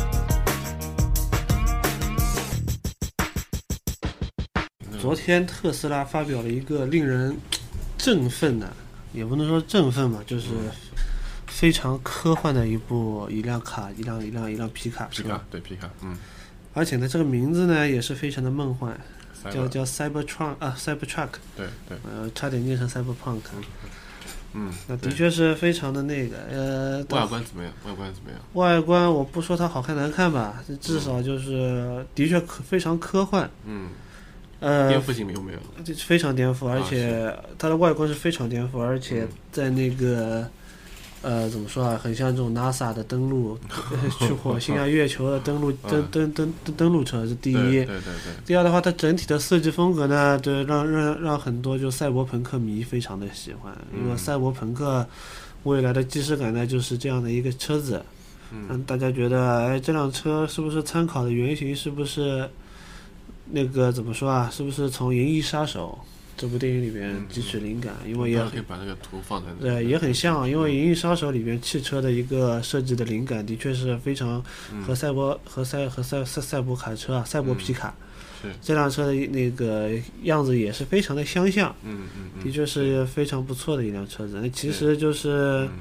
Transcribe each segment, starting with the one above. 嗯昨天特斯拉发表了一个令人振奋的，也不能说振奋吧，就是嗯非常科幻的一部一辆卡，一辆一辆一辆皮卡皮车。卡对皮卡，嗯，而且呢，这个名字呢也是非常的梦幻，塞叫了叫 Cybertruck 啊，Cybertruck，对对，呃，差点念成 Cyberpunk。嗯，那的对确是非常的那个，呃，嗯外观怎么样？外观怎么样？外观我不说它好看难看吧，至少就是的确科非常科幻，嗯，呃颠，覆性有没有？这非常颠覆，啊而且它的外观是非常颠覆，而且嗯在那个。呃，怎么说啊？很像这种 NASA 的登 陆，去火星啊、月球的登陆登登登登登陆车是第嗯对一。对对对，第二的话，它整体的设计风格呢，就让让让很多就赛博朋克迷非常的喜欢，因为嗯赛博朋克未来的既视感呢，就是这样的一个车子。嗯让大家觉得，哎，这辆车是不是参考的原型是不是那个怎么说啊？是不是从《银翼杀手》这部电影里边嗯汲取灵感？因我为也可以把那个图放在那对里，也很像，啊因为《银翼杀手》里边汽车的一个设计的灵感，的确是非常嗯和赛博、和赛和赛赛赛博卡车啊，赛博皮卡、是这辆车的那个样子也是非常的相像，嗯嗯嗯，的确是非常不错的一辆车子。那其实就是。嗯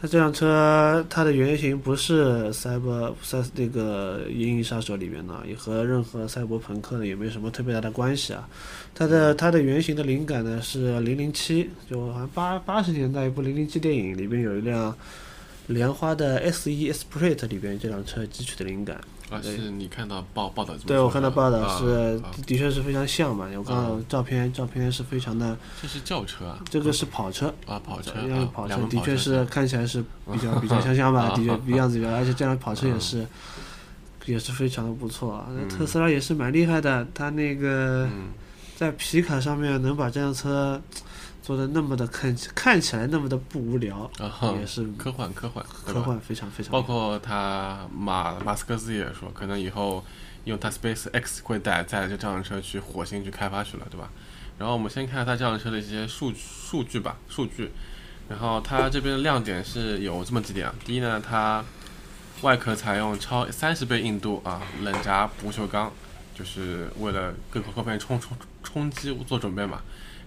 它这辆车，它的原型不是 Cyber 赛那个《银翼杀手》里面的，也和任何赛博朋克也没什么特别大的关系啊。它的它的原型的灵感呢是《零零七》，就好像八八十年代一部《零零七》电影里边有一辆莲花的 S 1 Esprit 里边这辆车汲取的灵感。啊，是你看到报报道这么呃对说我看到的报道啊是啊的确是非常像嘛，我看到照片照片是非常的，这是轿车啊，这个是跑车。啊跑车，这辆啊跑车两门的跑确车是看起来 是比较比较相像吧，啊的确比样子比较，而且这辆跑车也嗯是 也是非常的不错啊。那特斯拉也是蛮厉害的，它那个嗯在皮卡上面能把这辆车做的那么的看起看起来那么的不无聊，啊哈也是科幻科幻对科吧幻非常非常包括他马马斯克自己也说，可能以后用他 Space X 会带带着这辆车去火星去开发去了，对吧？然后我们先看他这辆车的一些数数据吧，数据。然后它这边的亮点是有这么几点啊，第一呢，它外壳采用超三十倍硬度啊冷轧不锈钢，就是为了各个后面冲冲冲击做准备嘛。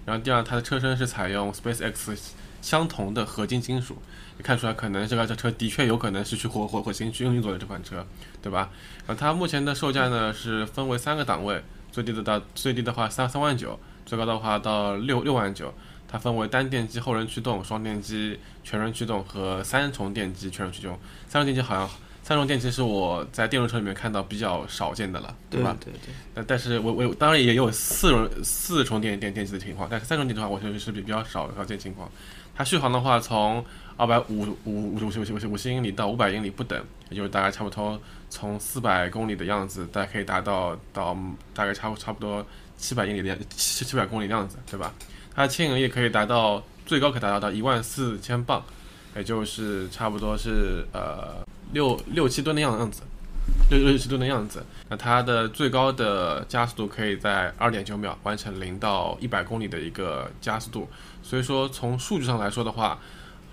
然后第二，它的车身是采用 SpaceX 相同的合金金属，也看出来可能这个这车的确有可能是去火火火星去运作的这款车，对吧？然后它目前的售价呢是分为三个档位，最低的到最低的话三三万九，最高的话到六六万九。它分为单电机后轮驱动、双电机全轮驱动和三重电机全轮驱动。三重电机好像三重电机是我在电动车里面看到比较少见的了，对吧？对对，但但是我我当然也有四种四重电电电机的情况，但是三重电的话，我确实是比比较少少见情况。它续航的话，从二百五五五五十五十五十英里到五百英里不等，也就是大概差不多从四百公里的样子，大概可以达到到大概差不差不多七百英里的样七七百公里的样子，对吧？它的牵引力可以达到最高可以达到到一万四千磅，也就是差不多是呃六六七吨的样样子。六六十吨的样子。那它的最高的加速度可以在二点九秒完成零到一百公里的一个加速度，所以说从数据上来说的话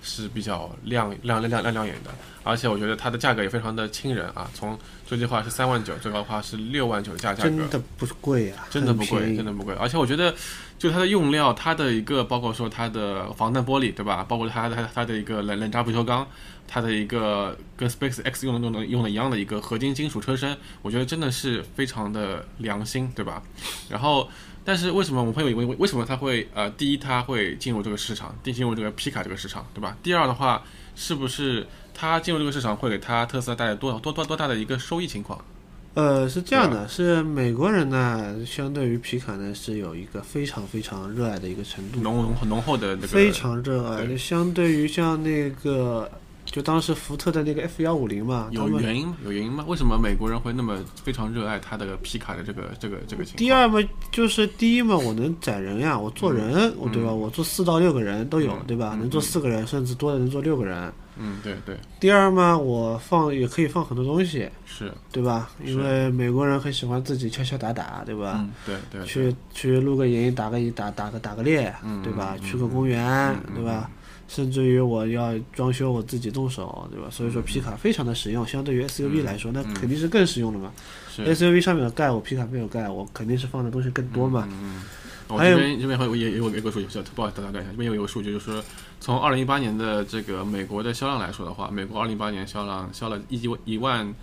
是比较亮亮亮亮亮亮眼的，而且我觉得它的价格也非常的亲人啊，从最低的话是三万九，最高的话是六万九价价格真。的不贵啊，真的不很便贵，宜真的不贵。而且我觉得，就它的用料，它的一个包括说它的防弹玻璃，对吧？包括它的它它的一个冷冷轧不锈钢，它的一个跟 Space X 用的用的用的一样的一个合金金属车身，我觉得真的是非常的良心，对吧？然后，但是为什么我朋友为为为什么他会呃，第一他会进入这个市场，第进入这个皮卡这个市场，对吧？第二的话，是不是他进入这个市场会给他特斯拉带来多少多多多大的一个收益情况？呃，是这样的，是美国人呢，相对于皮卡呢是有一个非常非常热爱的一个程度，浓浓浓厚的这个嗯非常热爱。对就相对于像那个，就当时福特的那个 F 幺五零嘛，啊他有们原因吗？有原因吗？为什么美国人会那么非常热爱他的皮卡的这个这个这个情况？第二嘛，就是第一嘛，我能载人呀，我坐人，我对吧？我坐四到六个人都有，嗯对吧？嗯能坐四个人，甚至多的能坐六个人。嗯，对对第二嘛，我放也可以放很多东西，是，对吧？是因为美国人很喜欢自己敲敲打打，对吧？嗯，对对，去去露个营，打个营，打打个打个猎，嗯对吧？嗯去个公园，嗯对吧？甚至于我要装修，我自己动手，对吧？所以说皮卡非常的实用，相对于 SUV 嗯来说，那嗯肯定是更实用的嘛。是 SUV 上面有盖，我皮卡没有盖，我肯定是放的东西更多嘛。嗯，我、还有这边这边还有也也有一个数据，小不好意思打断一下，这边有一个数据，就是从二零一八年的这个美国的销量来说的话，美国二零一八年销量销了一一万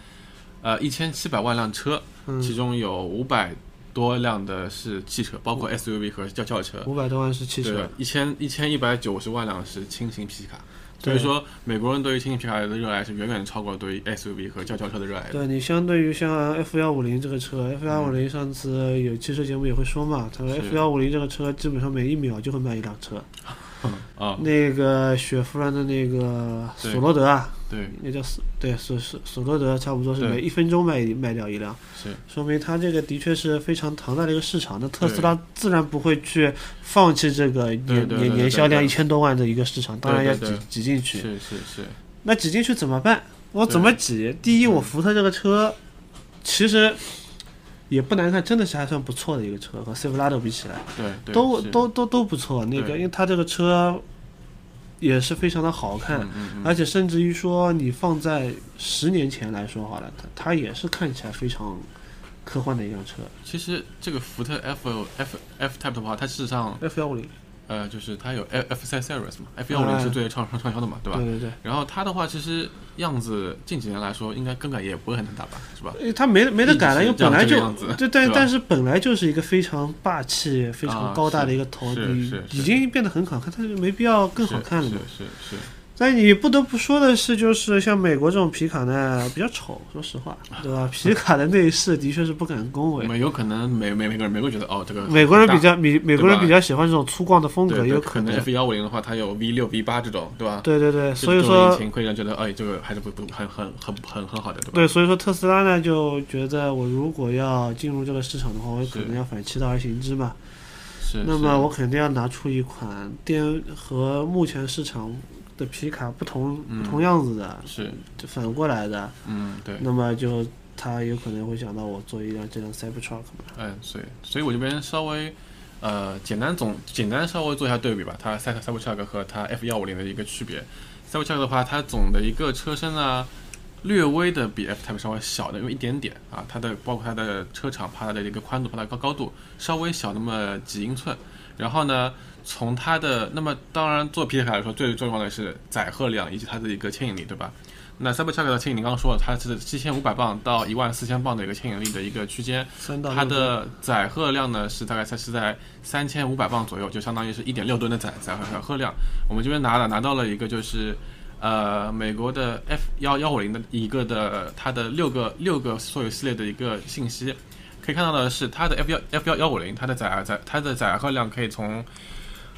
呃一千七百万辆车，嗯嗯其中有五百多辆的是汽车，包嗯括 SUV 和轿轿车。五百多万是汽车对，，一千一千一百九十万辆是轻型皮卡，所对以说美国人对于轻型皮卡的热爱是远远超过对于 SUV 和轿轿车的啊热爱的。对你相对于像 F 幺五零这个车，F 幺五零上次有汽车节目也会说嘛，他说嗯是哦 F 幺五零这个车基本上每一秒就会卖一辆车。啊，那个雪佛兰的那个对索罗德啊，对，那叫索对索索索罗德，差不多是对每一分钟卖一卖掉一辆，是说明它这个的确是非常庞大的一个市场。那特斯拉自然不会去放弃这个对年对年对年对销量对一千多万的一个市场，当然对要对挤对挤进去。是是是，那挤进去怎么办？我对怎么挤？嗯第一，我福特这个车其实也不难看，真的是还算不错的一个车，和 c i v i l a d o 比起来，对对，都是嗯都都都不错。那个，对因为它这个车也是非常的好看，嗯嗯嗯而且甚至于说你放在十年前来说好了，它它也是看起来非常科幻的一辆车。其实这个福特 F F F Type 的话，它事实上 F 幺五零，呃，就是它有 F F 三 Series 嘛，F 幺五零哎是最畅畅畅销的嘛，对吧？对对对。然后它的话，其实样子近几年来说，应该更改也不会很大吧，是吧？诶它没没得改了，因为一直是本来就这样子对，对但吧但是本来就是一个非常霸气、非常高大的一个头，是你是是已经变得很好看，它就没必要更好看了是嘛。是是但你不得不说的是，就是像美国这种皮卡呢，比较丑，说实 话，对吧？皮卡的内饰的确是不敢恭是，维。没有可能美美美国人美国人觉得哦，这个美国人比很大较美美国人比较喜欢这种粗犷的风对格，对有可能能。F 幺五零的话，它有 V 六 V 八这种，对吧？对对对，这所以这种引说擎会让人觉得哎，这个还是不不很很很很很好的，对吧？对，所以说特斯拉呢就觉得我如果要进入这个市场的话，我可是能要反其道而行之嘛。是。那是么我肯定要拿出一款颠和目前市场的皮卡不同、嗯不同样子的，是就反过来的。嗯对。那么就他有可能会想到我做一辆这辆 Cybertruck 嘛？嗯，所以所以我这边稍微呃简单总简单稍微做一下对比吧，它 Cy- Cybertruck 和它 F 幺五零的一个区别。Cybertruck 的话，它总的一个车身呢，略微的比 F Type 稍微小的，因为一点点啊，它的包括它的车长、它的一个宽度、它的高高度稍微小那么几英寸。然后呢，从它的那么当然做皮卡来说，最重要的是载荷量以及它的一个牵引力，对吧？那 Cybertruck 的牵引力刚刚说了，它是七千五百磅到一万四千磅的一个牵引力的一个区间，三到它六吨的载荷量呢是大概它是在三千五百磅左右，就相当于是一点六吨的载载荷载荷量。我们这边拿了拿到了一个就是，呃，美国的 F 幺幺五零的一个的它的六个六个所有系列的一个信息，可以看到的是它的 F 幺 F 幺幺五零它的载载它的载荷量可以从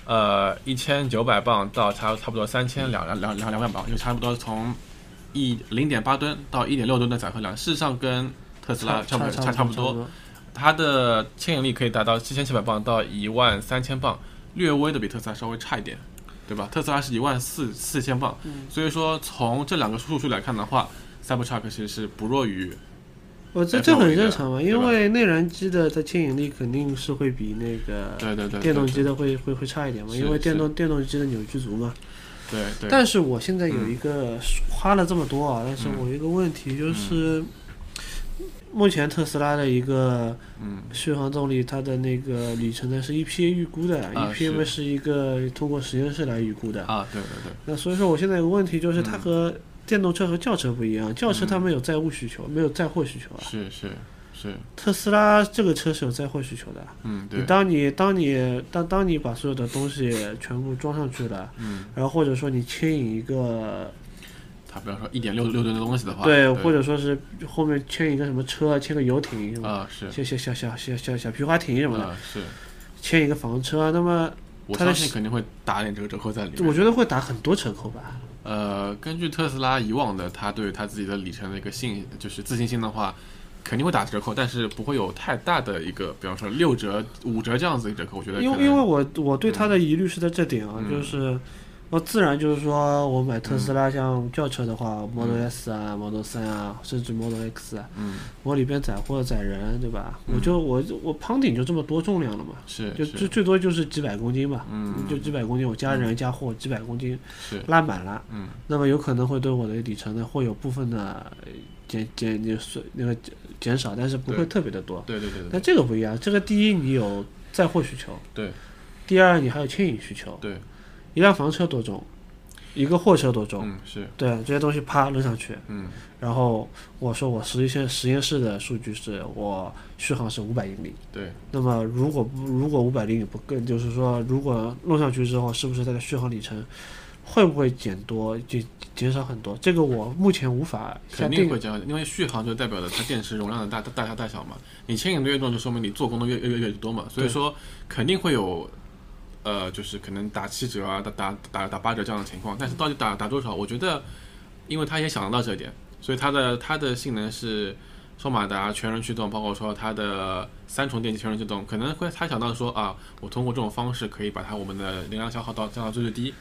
呃一千九百磅到差差不多三千两两两两两百磅，就差不多从一零点八吨到一点六吨的载荷量，事实上跟特斯拉差不差多差差差不多。多。它的牵引力可以达到七千七百磅到一万三千磅，略微的比特斯拉稍微差一点，对吧？特斯拉是一万四四千磅，嗯所以说从这两个数据来看的话，Cybertruck 其实是不弱于我这哎这不容很易的正常嘛，对因吧为内燃机的它牵引力肯定是会比那个对对呃对电动机的的会会会差一点嘛，是因为电是动电动机的扭矩足嘛。对对嗯但是我现在有一个、花了这么多啊，但是我有一个问题就是，目前特斯拉的一个嗯续航动力，它的那个里程呢是 EPA 预估的、啊 e p a 是是一个通过实验室来预估的。啊对对对那所以说我现在有个问题就是，它嗯和电动车和轿车不一样，轿车它嗯没有载物需求，没有载货需求啊。是是是特斯拉这个车是有载货需求的。嗯你对当你当你当当你把所有的东西全部装上去了，嗯然后或者说你牵引一个它比方说一点六六吨的东西的话，对，对，或者说是后面牵一个什么车，牵个游艇什么，啊是小小小小小小小皮划艇什么的，啊是，牵一个房车，那么我它的相信肯定会打点这个折扣在里面。我觉得会打很多折扣吧。呃，根据特斯拉以往的它对它自己的里程的一个信，就是自信心的话，肯定会打折扣，但是不会有太大的一个，比方说六折、五折这样子的折扣。我觉得因可为能嗯因为我我对它的疑虑是在这点啊，就是我自然就是说我买嗯特斯拉像轿车的话、m o d e l S 啊、Model 3啊，甚至 Model X 啊，嗯我里边载货载人，对吧？我就我我胖顶就这么多重量了嘛，是就是最最多就是几百公斤吧，嗯就几百公斤，我加人加货几百公斤是拉满了，嗯那么有可能会对我的里程呢会有部分的呃减减就是那个减减少，但是不会对特别的多。对对对但对这个不一样，这个第一你有载货需求，对第二你还有牵引需求，对一辆房车多重，一个货车多重，嗯是对这些东西啪扔上去，嗯然后我说我实验实验室的数据是我续航是五百英里，对那么如果不如果五百英里不更，就是说如果弄上去之后，是不是它的续航里程会不会减多减减少很多？这个我目前无法下肯定定会。这样，因为续航就代表着它电池容量的大大大大小嘛，你牵引的越重，就说明你做工的越越越越多嘛，所以对说肯定会有。呃，就是可能打七折啊，打打打打八折这样的情况，但是到底打打多少？我觉得，因为他也想得到这一点，所以它的它的性能是双马达全轮驱动，包括说它的三重电机全轮驱动，可能会他想到说啊，我通过这种方式可以把它我们的能量消耗到降到最最低，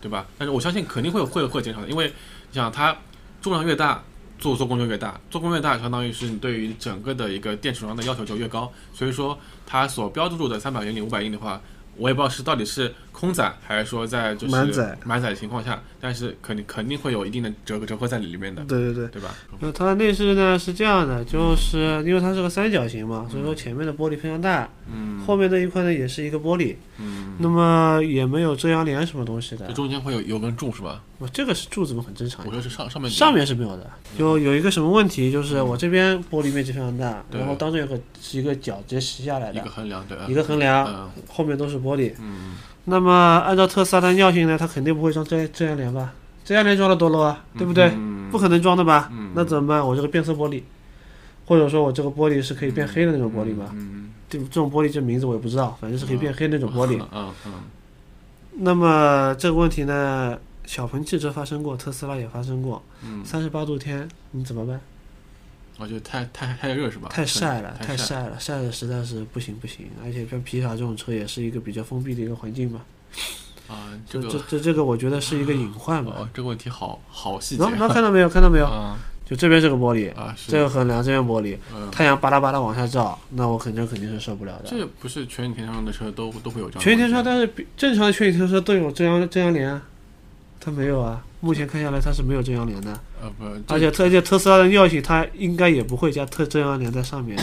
对吧？但是我相信肯定会有会有会有减少的，因为你想它重量越大，做做工就越大，做工越大，相当于是你对于整个的一个电池容量的要求就越高，所以说它所标注的三百英里、五百英里的话。我也不知道是到底是空载还是说在就是满载满载的情况下，但是肯定肯定会有一定的折扣折扣在里面的。对对对。对吧？那它的内饰呢是这样的，就是因为它是个三角形嘛，所以说前面的玻璃非常大，嗯后面那一块呢也是一个玻璃，嗯，那么也没有遮阳帘什么东西的这。中间会有有根柱是吧？我这个是柱子嘛，很正常我。觉得是上上面哎上面是没有的，嗯有有一个什么问题，就是我这边玻璃面积非常大，对然后当中有个是一个角直接吸下来一的个，横梁，对，一个横梁，嗯后面都是玻璃。嗯那么按照特斯拉的尿性呢，它肯定不会装遮遮阳帘吧？遮阳帘装了多 low 啊，对不对？嗯不可能装的吧？嗯那怎么办？我这个变色玻璃，或者说我这个玻璃是可以变黑的那种玻璃吗？嗯，这这种玻璃这名字我也不知道，反正是可以变黑那种玻璃。嗯嗯 那么这个问题呢，小鹏汽车发生过，特斯拉也发生过。嗯，三十八度天，你怎么办？我觉得太太啊太热是吧？太晒了，太太晒了，晒的实在是不行不行。而且像皮卡这种车也是一个比较封闭的一个环境嘛，啊！这这个这这这个我觉得是一个隐患吧。 哦，这个问题好好细节能能看到没有？看到没有？啊就这边这个玻璃，啊哎这是个横梁，这边玻璃，嗯，太阳巴拉巴拉往下照，那我肯定肯定是受不了的。这不是全景天窗的车都都会有这样全景天窗，但是比正常的全景天窗都有遮阳遮阳帘啊，它没有啊。目前看下来，它是没有遮阳帘的。呃不，而且特而且特斯拉的尿性，它应该也不会加特遮阳帘在上面。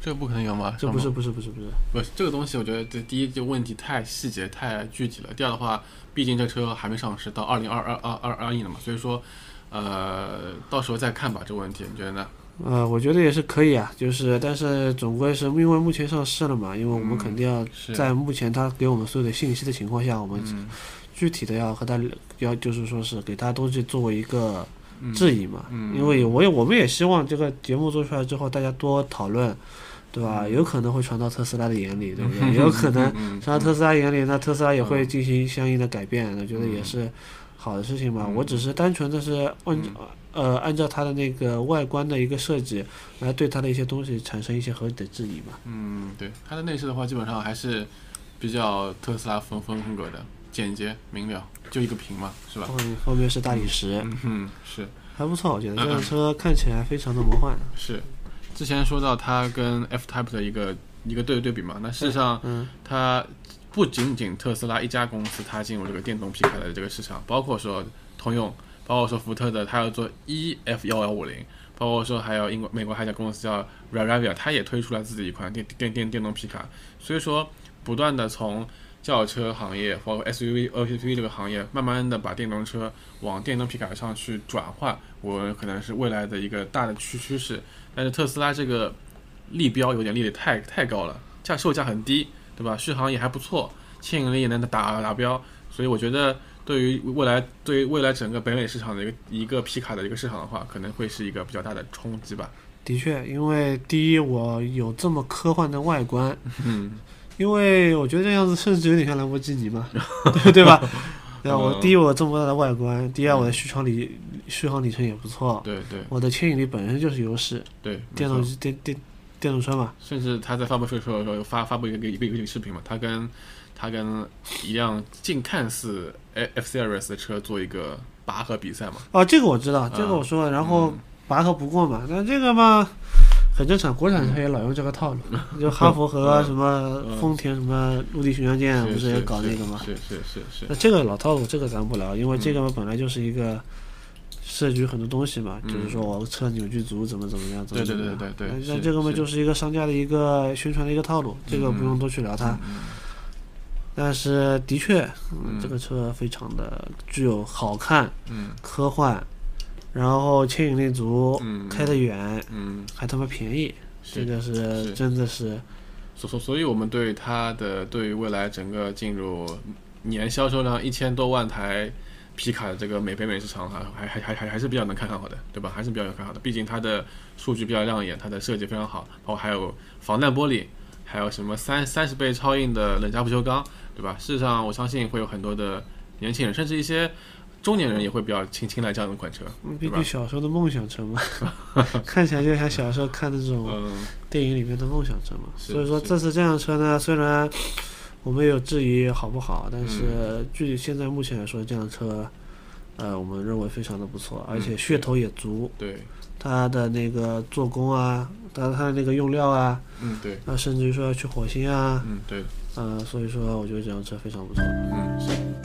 这不可能有啊吗？这不是不是不是不是，不是这个东西，我觉得这第一就问题太细节太具体了。第二的话，毕竟这车还没上市，到二零二二二二二一了嘛，所以说，呃，到时候再看吧这个问题，你觉得呢？呃，我觉得也是可以啊，就是但是总归是因为目前上市了嘛，因为我们嗯肯定要是在目前它给我们所有的信息的情况下，我们嗯具体的要和它要就是说是给它东西作为一个嗯质疑嘛，嗯因为我也我们也希望这个节目做出来之后，大家多讨论，对吧？有可能会传到特斯拉的眼里，对不 对？也有可能嗯传到特斯拉眼里，那特斯拉也会进行相应的改变，我觉得嗯也是好的事情嘛。我只是单纯的是按嗯呃按照它的那个外观的一个设计来对它的一些东西产生一些合理的质疑嘛。嗯，对，它的内饰的话，基本上还是比较特斯拉风风风格的，简洁明了，就一个屏嘛，是吧？后面后面是大理石，嗯哼，是还不错，我觉得这辆车看起来非常的魔幻。是。之前说到它跟 F Type 的一个一个对对比嘛，那事实上嗯，它不仅仅特斯拉一家公司，它进入这个电动皮卡的这个市场，包括说通用，包括说福特的，它要做 EF 幺幺五零，包括说还有英国、美国还有一家公司叫 Riviera，它也推出了自己一款电电电电动皮卡，所以说不断的从轿车行业，包括 SUV、LCV 这个行业，慢慢的把电动车往电动皮卡上去转换，我可能是未来的一个大的趋趋势。但是特斯拉这个立标有点立得太太高了，价售价很低，对吧？续航也还不错，牵引力也能达达标，所以我觉得对于未来对于未来整个北美市场的一个一个皮卡的一个市场的话，可能会是一个比较大的冲击吧。的确，因为第一，我有这么科幻的外观，嗯， 因为我觉得这样子甚至有点像兰博基尼 嘛，对对吧？对吧？我嗯第一，我有这么大的外观；第二，我的续航里续航里程也不错，对对我的牵引力本身就是优势，对，没电错动电电电动车嘛，甚至他在发布会的时候有发发布一个一个一个一个视频嘛，他跟他跟一辆近看似 F F Series 的车做一个拔河比赛嘛，哦，这个我知道，这啊个我说嗯了，然后拔河不过嘛，那这个嘛很正常，国产车也老用这个套路，嗯就哈弗和什么丰田什么陆地巡洋舰嗯不是也搞那个嘛？是嗯是是 是那这个老套路，这个咱不聊，因为这个嘛本来就是一个涉及很多东西嘛，就是说我车扭矩足怎么怎么样，怎么对怎嗯对么样。对对对那是那这个嘛是嗯就是一个商家的一个宣传的一个套路，这个不用多去聊它。但是的确，嗯，这个车非常的具有好看，嗯，科幻，然后牵引力足，嗯开得远，嗯，还他妈便宜，这是个是是真的是所所所以，我们对它的对于未来整个进入年销售量一千多万台皮卡的这个美北美市场还还还还还还是比较能看好的，对吧？还是比较能看好的，毕竟它的数据比较亮眼，它的设计非常好，包括还有防弹玻璃，还有什么三三十倍超硬的冷轧不锈钢，对吧？事实上，我相信会有很多的年轻人，甚至一些中年人也会比较青青睐这样的一款车，嗯毕对竟吧？小时候的梦想车 嘛，看起来就像小时候看那种嗯，电影里面的梦想车嘛。是所以说是这次这辆车呢，虽然我们有质疑好不好，但嗯是据现在目前来说，这辆车。呃，我们认为非常的不错，而嗯且噱头也足，对，它的那个做工啊，它它的那个用料啊，嗯对，啊，甚至于说要去火星啊，嗯对，呃，所以说我觉得这辆车非常不错。嗯是。